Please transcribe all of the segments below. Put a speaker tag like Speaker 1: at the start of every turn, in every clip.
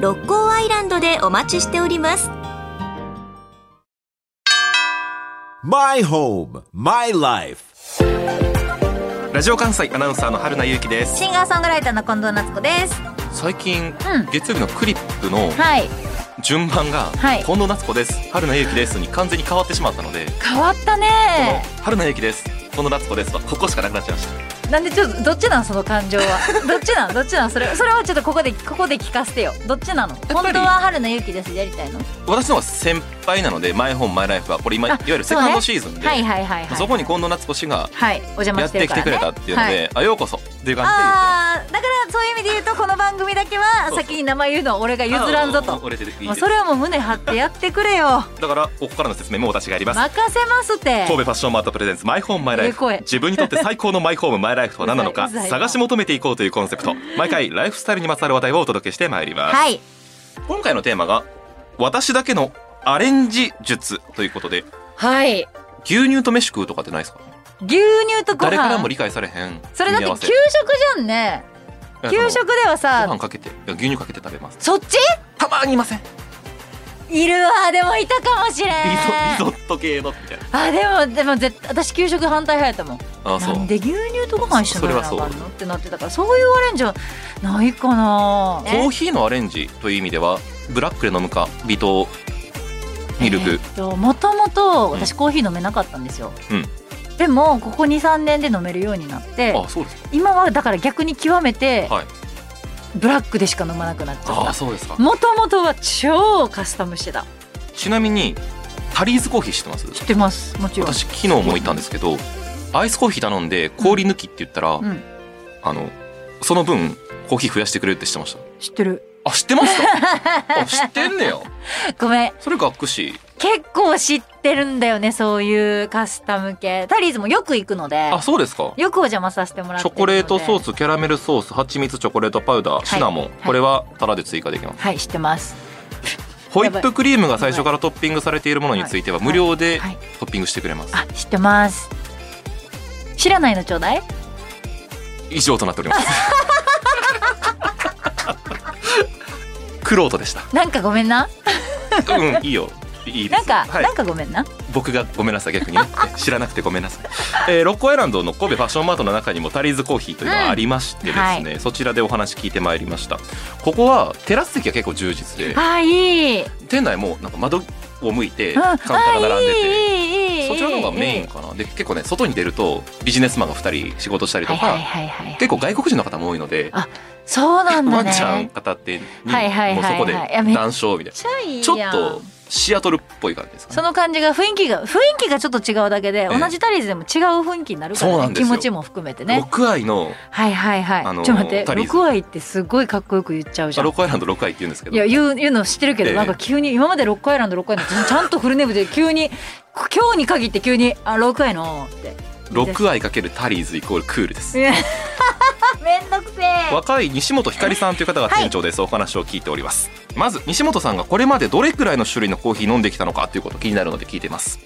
Speaker 1: 六甲アイランドでお待ちしております
Speaker 2: My home, my life.
Speaker 3: ラジオ関西アナウンサーの春名由紀です
Speaker 4: シンガーソングライターの近藤夏子です。
Speaker 3: 最近、
Speaker 4: うん
Speaker 3: 月曜日のクリップの
Speaker 4: はい。
Speaker 3: 順番が、
Speaker 4: はい
Speaker 3: 近藤夏子です春名由紀ですに完全に変わってしまったので、
Speaker 4: 変わった
Speaker 3: この
Speaker 4: ね。
Speaker 3: 春名由紀です近藤夏子ですはここしかなくなっちゃいました
Speaker 4: なんでちょっとどっちなんその感 情は。どっちなんどっちなんそれそれはちょっとここでここで聞かせてよ。どっちなの。
Speaker 3: り
Speaker 4: 本当は春の勇気ですやりたいの。
Speaker 3: 私の方が先輩なのでマイホームマイライフはこれ今い
Speaker 4: あ
Speaker 3: わゆるセカンドシーズンでそ,、
Speaker 4: はいはいはいはい。
Speaker 3: こに近藤夏子氏が
Speaker 4: はいお邪魔
Speaker 3: やっ
Speaker 4: してる
Speaker 3: てき
Speaker 4: か
Speaker 3: て
Speaker 4: ら
Speaker 3: く
Speaker 4: ね。
Speaker 3: れたっていうので、
Speaker 4: はい
Speaker 3: あようこそっていう感じで言って
Speaker 4: ああだからそういう意味で言うとこの番組だけは先に名前言うのは俺が譲らんぞ
Speaker 3: あ
Speaker 4: と。
Speaker 3: 俺でいいです
Speaker 4: もうそれはもう胸張ってやってくれ よ。
Speaker 3: だからここからの説明も私がやります
Speaker 4: 任せますって。
Speaker 3: 神戸ファッションマートプレゼンツマイホームマイライ
Speaker 4: ええ
Speaker 3: フ
Speaker 4: 声
Speaker 3: 自分にとって最高の マイホームマイライフとは何なのか
Speaker 4: うざいうざい
Speaker 3: 探し求めていこうというコンセプト毎回ライフスタイルにまつわる話題をお届けしてまいります、
Speaker 4: はい。
Speaker 3: 今回のテーマが私だけのアレンジ術ということで
Speaker 4: はい。
Speaker 3: 牛乳と飯食うとかってないですか
Speaker 4: 牛乳とご飯。
Speaker 3: 誰からも理解されへん
Speaker 4: それだって給食じゃんね。
Speaker 3: 組み合わ
Speaker 4: 給
Speaker 3: せ
Speaker 4: 食ではさ
Speaker 3: ご飯かけていや牛乳かけて食べます
Speaker 4: そっち
Speaker 3: たまにいません、
Speaker 4: いるわでもいたかもしれん
Speaker 3: リゾリゾット系のみたいな
Speaker 4: あでもでも絶対私給食反対派やったもん
Speaker 3: あそ
Speaker 4: な
Speaker 3: うん
Speaker 4: で牛乳とご飯一緒にならなあ
Speaker 3: そそれ
Speaker 4: か
Speaker 3: はそう
Speaker 4: んのってなってたからそういうアレンジはないかな
Speaker 3: コーヒーのアレンジという意味ではブラックで飲むか微糖ミル
Speaker 4: え
Speaker 3: ク
Speaker 4: っともともと
Speaker 3: うん
Speaker 4: 私コーヒー飲めなかったんですよ、
Speaker 3: うん
Speaker 4: でもここ23年で飲めるようになって
Speaker 3: あそうですか
Speaker 4: 今はだから逆に極めて、
Speaker 3: はい
Speaker 4: ブラックでしか飲まなくなっちゃ
Speaker 3: あ
Speaker 4: っ
Speaker 3: そうですか
Speaker 4: たもともとは超カスタムしてた
Speaker 3: ちなみにタリーズコーヒー知ってます
Speaker 4: 知ってますもちろん
Speaker 3: 私昨日も行ったんですけどアイスコーヒー頼んで氷抜きって言ったら、
Speaker 4: うん
Speaker 3: あのその分コーヒー増やしてくれるって知ってました
Speaker 4: 知ってる
Speaker 3: あ知ってました あ知ってんねや
Speaker 4: ごめん
Speaker 3: それ学士
Speaker 4: 結構知ってるんだよねそういうカスタム系タリーズもよく行くので
Speaker 3: あそうですか
Speaker 4: よくお邪魔させてもらっ
Speaker 3: チ
Speaker 4: てるの
Speaker 3: ョ
Speaker 4: で
Speaker 3: コレートソースキャラメルソース蜂蜜チョコレートパウダーシナモン、
Speaker 4: い
Speaker 3: これはタラで追加できます
Speaker 4: はい知ってます
Speaker 3: ホイップクリームが最初からトッピングされているものについては無料で
Speaker 4: はい
Speaker 3: トッピングしてくれます
Speaker 4: あ知ってます知らないのちょうだい
Speaker 3: 以上となっております クロートでし
Speaker 4: なんかごめんな
Speaker 3: たうん いいよいいで
Speaker 4: なん
Speaker 3: す
Speaker 4: か、
Speaker 3: はい
Speaker 4: なんかごめんな
Speaker 3: 僕がごめんなさい逆に ね知らなくてごめんなさい、えー、ロックアイランドの神戸ファッションマートの中にもタリーズコーヒーというのがありましてですね、
Speaker 4: うん
Speaker 3: そちらでお話聞いてまいりましたここはテラス席が結構充実で
Speaker 4: あいい、うん、
Speaker 3: 店内もなんか窓を向いてカウ
Speaker 4: あ
Speaker 3: ンターが並んでて、
Speaker 4: いいいいいいいい
Speaker 3: そちらの方がメインかなで結構ね外に出るとビジネスマンが2人仕事したりと
Speaker 4: はい
Speaker 3: か、
Speaker 4: はいはいはい
Speaker 3: 結構外国人の方も多いので
Speaker 4: あそうなんだ
Speaker 3: ワ
Speaker 4: ね
Speaker 3: ンちゃん片手に
Speaker 4: はいはいはいはい
Speaker 3: もうそこで
Speaker 4: いやめっ
Speaker 3: 談笑みたいな
Speaker 4: ちゃいいやん
Speaker 3: ちょっとシアトルっぽい感じですか
Speaker 4: そ
Speaker 3: ね
Speaker 4: の感じが雰囲気が雰囲気がちょっと違うだけで、
Speaker 3: ええ
Speaker 4: 同じタリーズでも違う雰囲気になるから、
Speaker 3: そうな
Speaker 4: ね
Speaker 3: んです
Speaker 4: 気
Speaker 3: よ
Speaker 4: 持ちも含めてね
Speaker 3: 6愛の
Speaker 4: はいはいはい。
Speaker 3: あのー
Speaker 4: ちょっと待って、
Speaker 3: タリーズ
Speaker 4: 六愛ってすごいかっこよく言っちゃうじ
Speaker 3: あ
Speaker 4: ゃん。
Speaker 3: ロ
Speaker 4: い
Speaker 3: ックアイランド6愛って言うんですけど
Speaker 4: や言う言うの知ってるけど、
Speaker 3: ええ
Speaker 4: なんか急に今までロックアイランドロックアイランドちゃんとフルネームで急に今日に限って急にあロックアイのって。
Speaker 3: 六愛かけるタリーズイコールクールです。
Speaker 4: いやめんどくせえ。
Speaker 3: 若い西本ひかりさんという方が店長です。お話を聞いております。まず西本さんがこれまでどれくらいの種類のコーヒー飲んできたのかということ気になるので聞いてます。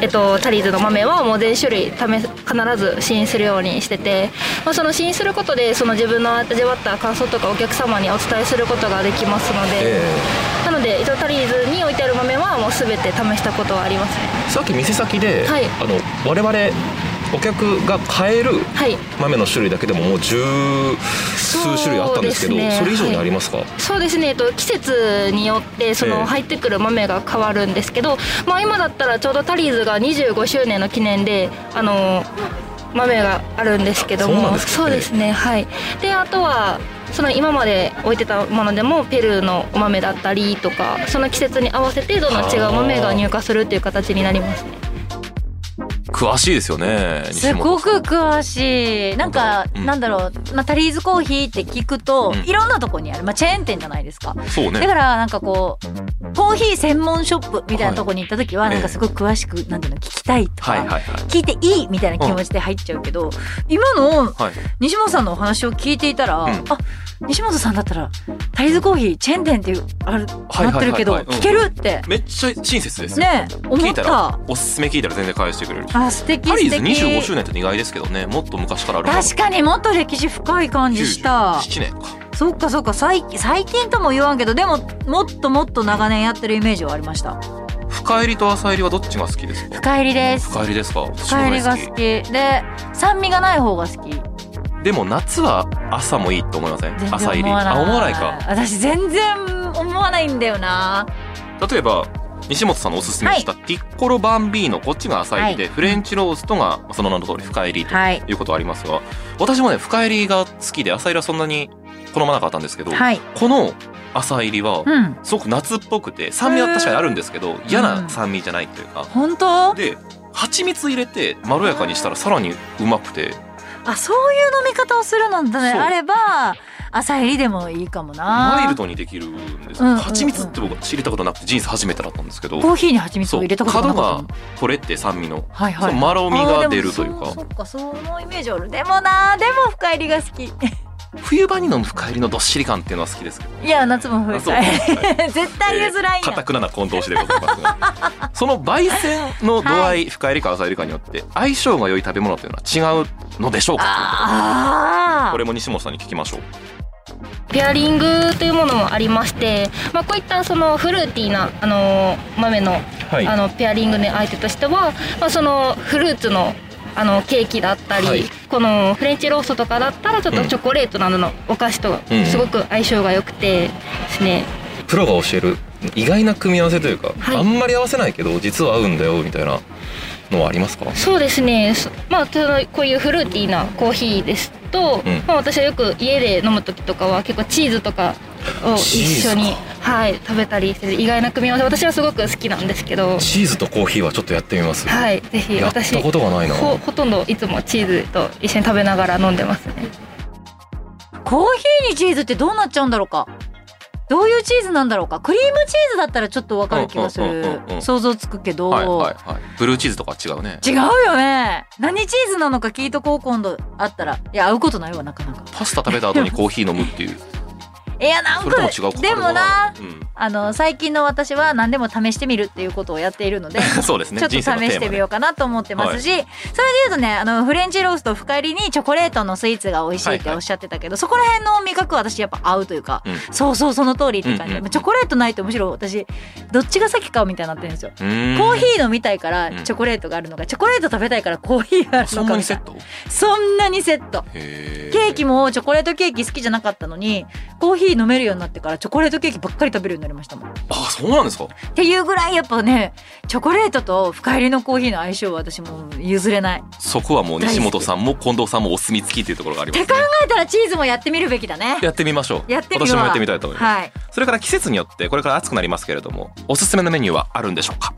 Speaker 5: えっと、タリーズの豆はもう全種類試す必ず試飲するようにしてて、まあ、その試飲することでその自分の味わった感想とかお客様にお伝えすることができますので、なので一応タリーズに置いてある豆はもう全て試したことはありますね
Speaker 3: さっき店先で、
Speaker 5: はい
Speaker 3: あの我々お客が買える
Speaker 5: はい
Speaker 3: 豆の種類だけでももう十数種類あったんですけど、そ
Speaker 5: そうですね
Speaker 3: れ以上にありますか。
Speaker 5: そうですね、えっと、季節によってそ
Speaker 3: ええ
Speaker 5: の入ってくる豆が変わるんですけど、まあ、今だったらちょうどタリーズが25周年の記念であの豆があるんですけども
Speaker 3: そうなんですか
Speaker 5: そうですねはいであとはその今まで置いてたものでもペルーのお豆だったりとかその季節に合わせてどんどん違う豆が入荷するっていう形になりますね
Speaker 3: 比詳しいですよね
Speaker 4: すごく詳しいなんか、
Speaker 3: うん
Speaker 4: なんだろう、まあ、タリーズコーヒーって聞くと、
Speaker 3: うん
Speaker 4: いろんなとこにある、まあ、チェーン店じゃないですか、
Speaker 3: そう
Speaker 4: だ
Speaker 3: ね
Speaker 4: からなんかこうコーヒー専門ショップみたいなとこに行った時は、
Speaker 3: はい
Speaker 4: なんかすごい詳しくなんていうの聞きたいとか、
Speaker 3: はいはいはい
Speaker 4: 聞いていいみたいな気持ちで入っちゃうけど、今の
Speaker 3: はい
Speaker 4: 西本さんのお話を聞いていたら、
Speaker 3: ん
Speaker 4: あ西本さんだったらタリーズコーヒーチェーン店っていうある
Speaker 3: はいはいはいはい
Speaker 4: なってるけど、
Speaker 3: うん
Speaker 4: 聞けるって、
Speaker 3: めっちゃ親切ですよ
Speaker 4: ねえ
Speaker 3: 聞
Speaker 4: 思
Speaker 3: い
Speaker 4: ったた
Speaker 3: らおすすめ聞いたら全然返してくれる
Speaker 4: あ素敵
Speaker 3: タ
Speaker 4: 素
Speaker 3: リー
Speaker 4: 敵
Speaker 3: ズ25周年って意外ですけどねもっと昔からある
Speaker 4: 確かにもっと歴史深い感じした
Speaker 3: 7年か
Speaker 4: そっかそっか最最近とも言わんけどでももっともっと長年やってるイメージはありました
Speaker 3: 深入りと浅入りはどっちが好きですか
Speaker 4: 深入りです
Speaker 3: 深入りですか私も
Speaker 4: 深入りが好きで酸味がない方が好き
Speaker 3: でも夏は朝もいいと思いません
Speaker 4: 全
Speaker 3: 朝入
Speaker 4: 然
Speaker 3: り
Speaker 4: 思わない
Speaker 3: あ思わないか
Speaker 4: 私全然思わないんだよな
Speaker 3: 例えば西本さんのおすすめしたピッコロバンビーノこっちが浅入りで、フレンチローストがその名の通り深入りと
Speaker 4: はい
Speaker 3: いうことはありますが私もね深入りが好きで浅入りはそんなに好まなかったんですけど、
Speaker 4: はい
Speaker 3: この浅入りは
Speaker 4: うん
Speaker 3: すごく夏っぽくて酸味は確かにあるんですけど嫌
Speaker 4: う
Speaker 3: なん酸味じゃないというか
Speaker 4: 本当
Speaker 3: で蜂蜜入れてまろやかにしたらさらにうまくて
Speaker 4: あそういう飲み方をするので
Speaker 3: そう
Speaker 4: あれば朝入りでもいいかもな
Speaker 3: マイルドにできるんです
Speaker 4: うんうんうん
Speaker 3: 蜂蜜って僕は知れたことなくて人生初めてだったんですけど
Speaker 4: コーヒーに蜂蜜を入れたことがな
Speaker 3: 角
Speaker 4: か
Speaker 3: が
Speaker 4: った
Speaker 3: 取れて酸味の
Speaker 4: はい
Speaker 3: そ
Speaker 4: は
Speaker 3: の
Speaker 4: い
Speaker 3: まろみが出るという
Speaker 4: あーでも
Speaker 3: か
Speaker 4: そそっかそのイメージあるでもなでも深入りが好き
Speaker 3: 冬場に飲む深入りのどっしり感っていうのは好きですけど
Speaker 4: いや夏も深
Speaker 3: そう
Speaker 4: 入り 絶対譲らんやん、
Speaker 3: かたくなな混同士でございますが その焙煎の度合い、深入りか浅入りかによって相性が良い食べ物というのは違うのでしょうか
Speaker 4: あ
Speaker 3: こ
Speaker 4: ー
Speaker 3: れも西本さんに聞きましょう
Speaker 5: ペアリングというものもありまして、まあ、こういったそのフルーティーなあの豆の,、
Speaker 3: はい
Speaker 5: あのペアリングの相手としては、まあ、そのフルーツのあのケーキだったり、
Speaker 3: はい
Speaker 5: このフレンチローストとかだったらちょっ
Speaker 3: う
Speaker 5: と
Speaker 3: ん
Speaker 5: チョコレートなどのお菓子と
Speaker 3: うん
Speaker 5: すごく相性が良くてですね、
Speaker 3: プロが教える意外な組み合わせというか、
Speaker 5: はい
Speaker 3: あんまり合わせないけど実は合うんだよみたいなのはありますか
Speaker 5: そうですねそまあそのこういうフルーティーなコーヒーですと、
Speaker 3: うん
Speaker 5: まあ、私はよく家で飲む時とかは結構チーズとかを一緒
Speaker 3: チー
Speaker 5: に
Speaker 3: ズ、
Speaker 5: はい、食べたりして意外な組み合わせ私はすごく好きなんですけど。
Speaker 3: チーズとコーヒーはちょっとやってみます
Speaker 5: はい、ぜひ
Speaker 3: やった
Speaker 5: 私
Speaker 3: ことがないな
Speaker 5: ほほとんどいつもチーズと一緒に食べながら飲んでますね
Speaker 4: コーヒーにチーズってどうなっちゃうんだろうかどういうチーズなんだろうかクリームチーズだったらちょっとわかる気がす
Speaker 3: うんうんうんうんう
Speaker 4: る
Speaker 3: ん
Speaker 4: 想像つくけど、
Speaker 3: はいはいはいブルーチーズとかは違うね
Speaker 4: 違うよね何チーズなのか聞いとこう今度あったらいや会うことないわなかなか
Speaker 3: パスタ食べた後にコーヒー飲むっていう
Speaker 4: いやなん
Speaker 3: それとも
Speaker 4: か
Speaker 3: 違うか
Speaker 4: でもな
Speaker 3: あれはうん
Speaker 4: あの最近の私は何でも試してみるっていうことをやっているので
Speaker 3: そうですね
Speaker 4: ちょっと
Speaker 3: 人
Speaker 4: 試
Speaker 3: 生のテーマね
Speaker 4: してみようかなと思ってますし、それで言うとねあのフレンチロースト深入りにチョコレートのスイーツが美味しいっ
Speaker 3: はい
Speaker 4: て
Speaker 3: はい
Speaker 4: おっしゃってたけど、そこら辺の味覚は私やっぱ合うというか、
Speaker 3: う
Speaker 4: そうそうその通りって感じ、
Speaker 3: うんうんうん
Speaker 4: チョコレートないとむしろ私どっちが先かみたいになってるんです
Speaker 3: う
Speaker 4: よ。
Speaker 3: ん
Speaker 4: コーヒー飲みたいから
Speaker 3: うん
Speaker 4: チョコレートがあるのか、チョコレート食べたいからコーヒーがある
Speaker 3: そ
Speaker 4: の
Speaker 3: ん
Speaker 4: か
Speaker 3: な
Speaker 4: み
Speaker 3: に
Speaker 4: た
Speaker 3: セ
Speaker 4: いな
Speaker 3: ット
Speaker 4: そんなにセット
Speaker 3: ケ
Speaker 4: ケーキもチョコレートケーキ好きじゃなかったのにコーヒー飲めるようになってからチョコレートケーキばっかり食べるようになりましたもん。
Speaker 3: あそうなんですか
Speaker 4: っていうぐらいやっぱねチョコレートと深入りのコーヒーの相性は私もう譲れない考
Speaker 3: そこはもう西本さんも近藤さんもお墨付きっていうところがありますね
Speaker 4: えたらチーズもやってみるべきだね
Speaker 3: やってみましょう
Speaker 4: やってみよう
Speaker 3: 私もやってみたいと思います、
Speaker 4: はい
Speaker 3: それから季節によってこれから暑くなりますけれどもおすすめのメニューはあるんでしょうか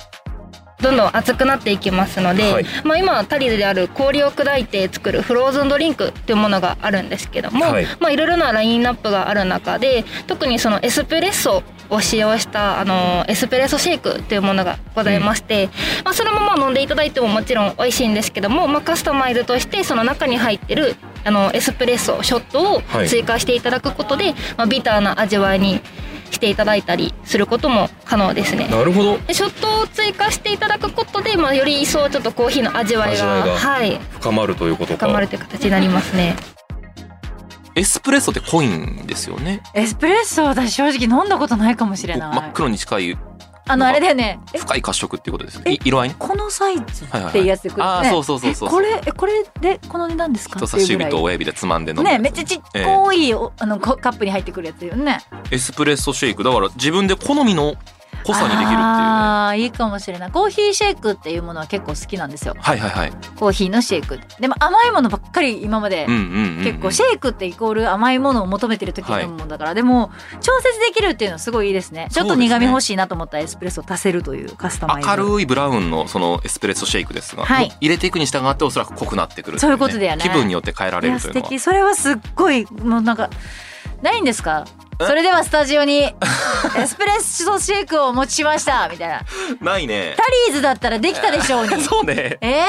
Speaker 5: どんどん熱くなっていきますので、
Speaker 3: はい
Speaker 5: まあ、今タリーである氷を砕いて作るフローズンドリンクというものがあるんですけども、
Speaker 3: はい
Speaker 5: いまあ、いろいろなラインナップがある中で特にそのエスプレッソを使用したあのエスプレッソシェイクというものがございまして、まあ、そのまま飲んでいただいてももちろん美味しいんですけども、まあ、カスタマイズとしてその中に入ってるあのエスプレッソショット
Speaker 3: は
Speaker 5: を
Speaker 3: い
Speaker 5: 追加していただくことで、まあ、ビターな味わいにしていただいたりすることも可能ですね。
Speaker 3: るほど
Speaker 5: でショットを追加していただくことで、まあ、より一層ちょっとコーヒーの味わいが
Speaker 3: 味わいが
Speaker 5: はい、
Speaker 3: 深まるということ
Speaker 5: 深まるという形になりますね。
Speaker 3: エスプレッソって濃いんですよね
Speaker 4: エスプレッソは私正直飲んだことないかもしれない、
Speaker 3: 真っ黒に近い
Speaker 4: あのあれだよねえ
Speaker 3: 深い褐色っていうことですよ
Speaker 4: え
Speaker 3: い色合いね
Speaker 4: このサイズ
Speaker 3: はいはいはい
Speaker 4: っていうやつでこれ
Speaker 3: あー
Speaker 4: ね
Speaker 3: そうそうそうそう
Speaker 4: えこれえこれでこの値段ですか
Speaker 3: 人
Speaker 4: って
Speaker 3: 差
Speaker 4: い
Speaker 3: し
Speaker 4: う
Speaker 3: 指
Speaker 4: ぐらい
Speaker 3: と親指でつまんで飲む
Speaker 4: ねめっちゃちっこいおあのこカップに入ってくるやつよね
Speaker 3: エスプレッソシェイクだから自分で好みの濃さにできるっていうね
Speaker 4: ああいいかもしれないコーヒーシェイクっていうものは結構好きなんですよ
Speaker 3: はいはいはい
Speaker 4: コーヒーのシェイクでも甘いものばっかり今まで
Speaker 3: うんうんうんうん
Speaker 4: 結構シェイクってイコール甘いものを求めてる時のもんだから、でも調節できるっていうのはすごいいいですねちょっと苦味欲しいなと思ったらエスプレッソを足せるというカスタマイズ
Speaker 3: 明るいブラウンのそのエスプレッソシェイクですが、
Speaker 4: はい
Speaker 3: 入れていくに従っておそらく濃くなってくるってね
Speaker 4: そういうことだよね
Speaker 3: 気分によって変えら
Speaker 4: い
Speaker 3: れ
Speaker 4: や
Speaker 3: るとい
Speaker 4: 素
Speaker 3: うのは
Speaker 4: 敵それはすっごいもうなんかないんですかそれではスタジオにエスプレッソシェイクをお持ちしましたみたいな
Speaker 3: ないね
Speaker 4: タリーズだったらできたでしょうに
Speaker 3: そうね
Speaker 4: えー、
Speaker 3: も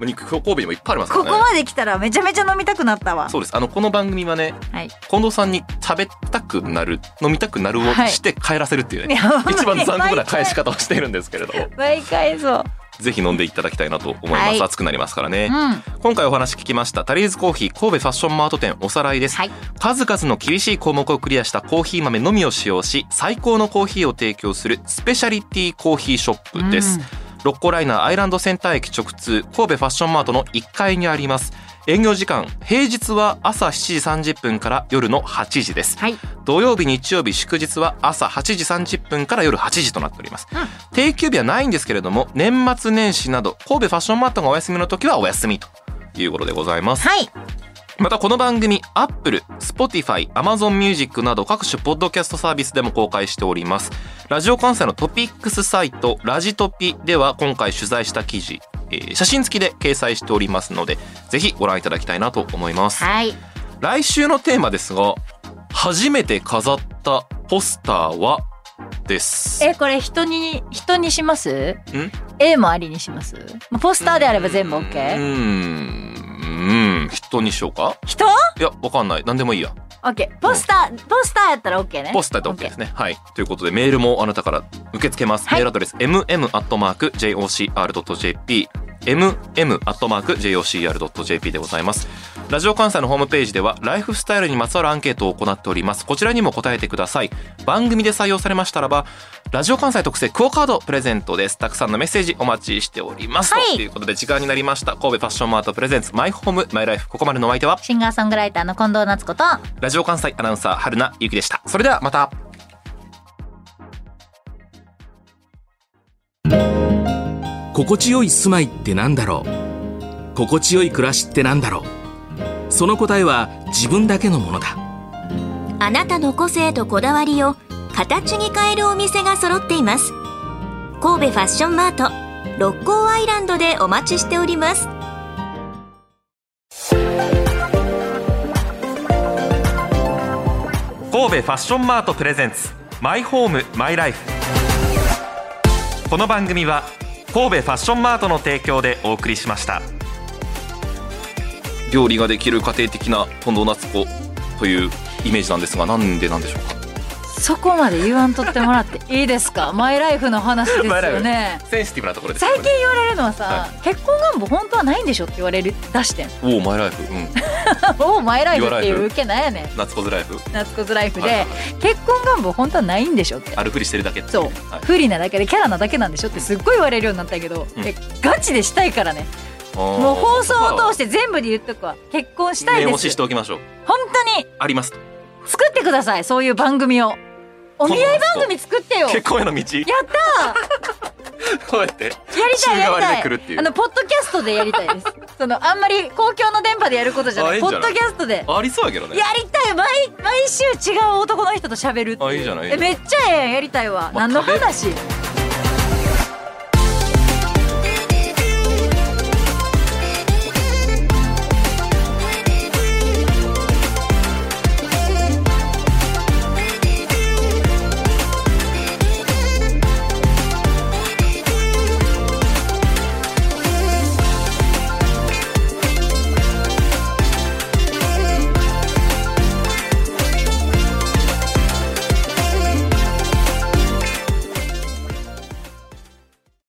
Speaker 3: う肉神戸にもいっぱいありますか
Speaker 4: こ
Speaker 3: ら
Speaker 4: こ
Speaker 3: ね
Speaker 4: まで来たらめちゃめちゃ飲みたくなったわ
Speaker 3: そうですあのこの番組はね
Speaker 4: はい
Speaker 3: 近藤さんに食べたくなる飲みたくなるを
Speaker 4: はい
Speaker 3: して帰らせるっていう
Speaker 4: い
Speaker 3: ね、
Speaker 4: や
Speaker 3: 一番残酷な返し
Speaker 4: 方
Speaker 3: 方をしているんですけれども
Speaker 4: 毎回そう、
Speaker 3: ぜひ飲んでいただきたいなと思います、
Speaker 4: はい
Speaker 3: 熱くなりますから
Speaker 4: う
Speaker 3: ね、
Speaker 4: ん、
Speaker 3: 今回お話聞きましたタリーズコーヒー神戸ファッションマート店おさらいです、
Speaker 4: はい
Speaker 3: 数々の厳しい項目をクリアしたコーヒー豆のみを使用し最高のコーヒーを提供するスペシャリティコーヒーショップです、
Speaker 4: うん
Speaker 3: 六甲ライナーアイランドセンター駅直通神戸ファッションマートの1階にあります営業時間平日は朝7時30分から夜の8時です
Speaker 4: はい
Speaker 3: 土曜日日曜日祝日は朝8時30分から夜8時となっております、定休日はないんですけれども年末年始など神戸ファッションマートがお休みの時はお休みということでございます
Speaker 4: はい
Speaker 3: またこの番組 Apple、Spotify、Amazon Music など各種ポッドキャストサービスでも公開しておりますラジオ関西のトピックスサイトラジトピでは今回取材した記事、えー写真付きで掲載しておりますのでぜひご覧いただきたいなと思います
Speaker 4: はい
Speaker 3: 来週のテーマですが初めて飾ったポスターはです
Speaker 4: えこれ人に人にします A もありにしますまあポスターであれば全部 OK
Speaker 3: うーんうん人にしようか
Speaker 4: 人
Speaker 3: いやわかんない何でもいいや
Speaker 4: ?OK ポスターポスターやったら OK ね
Speaker 3: ポスターで OK ですね。はい。ということで、メールもあなたから受け付けます。
Speaker 4: はい
Speaker 3: メールアドレス、mm.jocr.jp。mm.jocr.jp でございます。ラジオ関西のホームページでは、ライフスタイルにまつわるアンケートを行っております。こちらにも答えてください。番組で採用されましたらば、ラジオ関西特製クオカードプレゼントです。たくさんのメッセージお待ちしております。
Speaker 4: はい
Speaker 3: ということで、時間になりました。神戸ファッションマートプレゼンツ、マイホーム、マイライフ。ここまでのお相手は、
Speaker 4: シンガーソングライターの近藤夏子と
Speaker 3: ラジオ関西アナウンサー、春名ゆきでした。それではまた。
Speaker 6: 心地よい住まいってなんだろう心地よい暮らしってなんだろうその答えは自分だけのものだ
Speaker 1: あなたの個性とこだわりを形に変えるお店が揃っています神戸ファッションマート六甲アイランドでお待ちしております
Speaker 3: 神戸ファッションマートプレゼンツマイホームマイライフこの番組は神戸ファッションマートの提供でお送りしました料理ができる家庭的な近藤夏子というイメージなんですがなんでなんでしょうか
Speaker 4: そこまで言わんとってもらっていいです かマイライフの話です
Speaker 3: マイ
Speaker 4: よ
Speaker 3: ラ
Speaker 4: ね
Speaker 3: イフセンシティブなところです
Speaker 4: 最近言われるのはさ、
Speaker 3: は
Speaker 4: 結婚願望本当はないんでしょって言われる出してん
Speaker 3: おおマイライフうん
Speaker 4: おおマイライフってい
Speaker 3: 言わな
Speaker 4: う
Speaker 3: い
Speaker 4: 受けないやねん
Speaker 3: 夏子ズライフ
Speaker 4: 夏子ズライフで、
Speaker 3: はいはい
Speaker 4: 結婚願望本当はないんでしょって
Speaker 3: あるふりしてるだけってい
Speaker 4: そう、
Speaker 3: はい
Speaker 4: 不利なだけでキャラなだけなんでしょってすっごい言われるようになったけど、
Speaker 3: うん
Speaker 4: えガチでしたいからね
Speaker 3: あー
Speaker 4: もう放送を通して全部で言っとくわ結婚したい
Speaker 3: 念
Speaker 4: で
Speaker 3: 押しし
Speaker 4: す
Speaker 3: ておきましょう
Speaker 4: 本当に
Speaker 3: あります
Speaker 4: 作ってくださいそういう番組をお見合い番組作ってよやっ
Speaker 3: 結婚へ の道
Speaker 4: たー
Speaker 3: こうやって
Speaker 4: やりたい
Speaker 3: 週替わりで
Speaker 4: や
Speaker 3: 来る
Speaker 4: り
Speaker 3: って
Speaker 4: た
Speaker 3: い
Speaker 4: いうあのポッドキャストでやりたいですそのあんまり公共の電波でやることじゃな
Speaker 3: あ
Speaker 4: い
Speaker 3: いいん
Speaker 4: ポ
Speaker 3: じ
Speaker 4: ッ
Speaker 3: ゃな
Speaker 4: ド
Speaker 3: い
Speaker 4: キャストで
Speaker 3: ありそうやけどね
Speaker 4: やりたい毎毎週違う男の人と喋るっていう
Speaker 3: あいいじゃないいい
Speaker 4: え
Speaker 3: じゃな
Speaker 4: めっちゃええやんやりたいわ、
Speaker 3: まあ
Speaker 4: 何の話